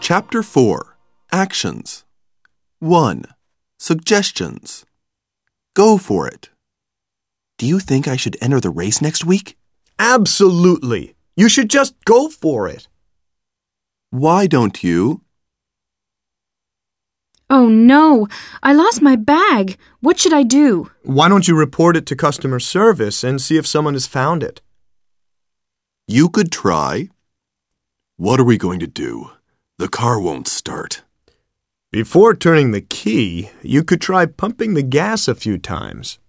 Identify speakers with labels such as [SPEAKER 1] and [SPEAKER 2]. [SPEAKER 1] Chapter 4 Actions 1. Suggestions Go for it. Do you think I should enter the race next week?
[SPEAKER 2] Absolutely. You should just go for it.
[SPEAKER 1] Why don't you?
[SPEAKER 3] Oh no, I lost my bag. What should I do?
[SPEAKER 2] Why don't you report it to customer service and see if someone has found it?
[SPEAKER 1] You could try. What are we going to do? The car won't start.
[SPEAKER 2] Before turning the key, you could try pumping the gas a few times.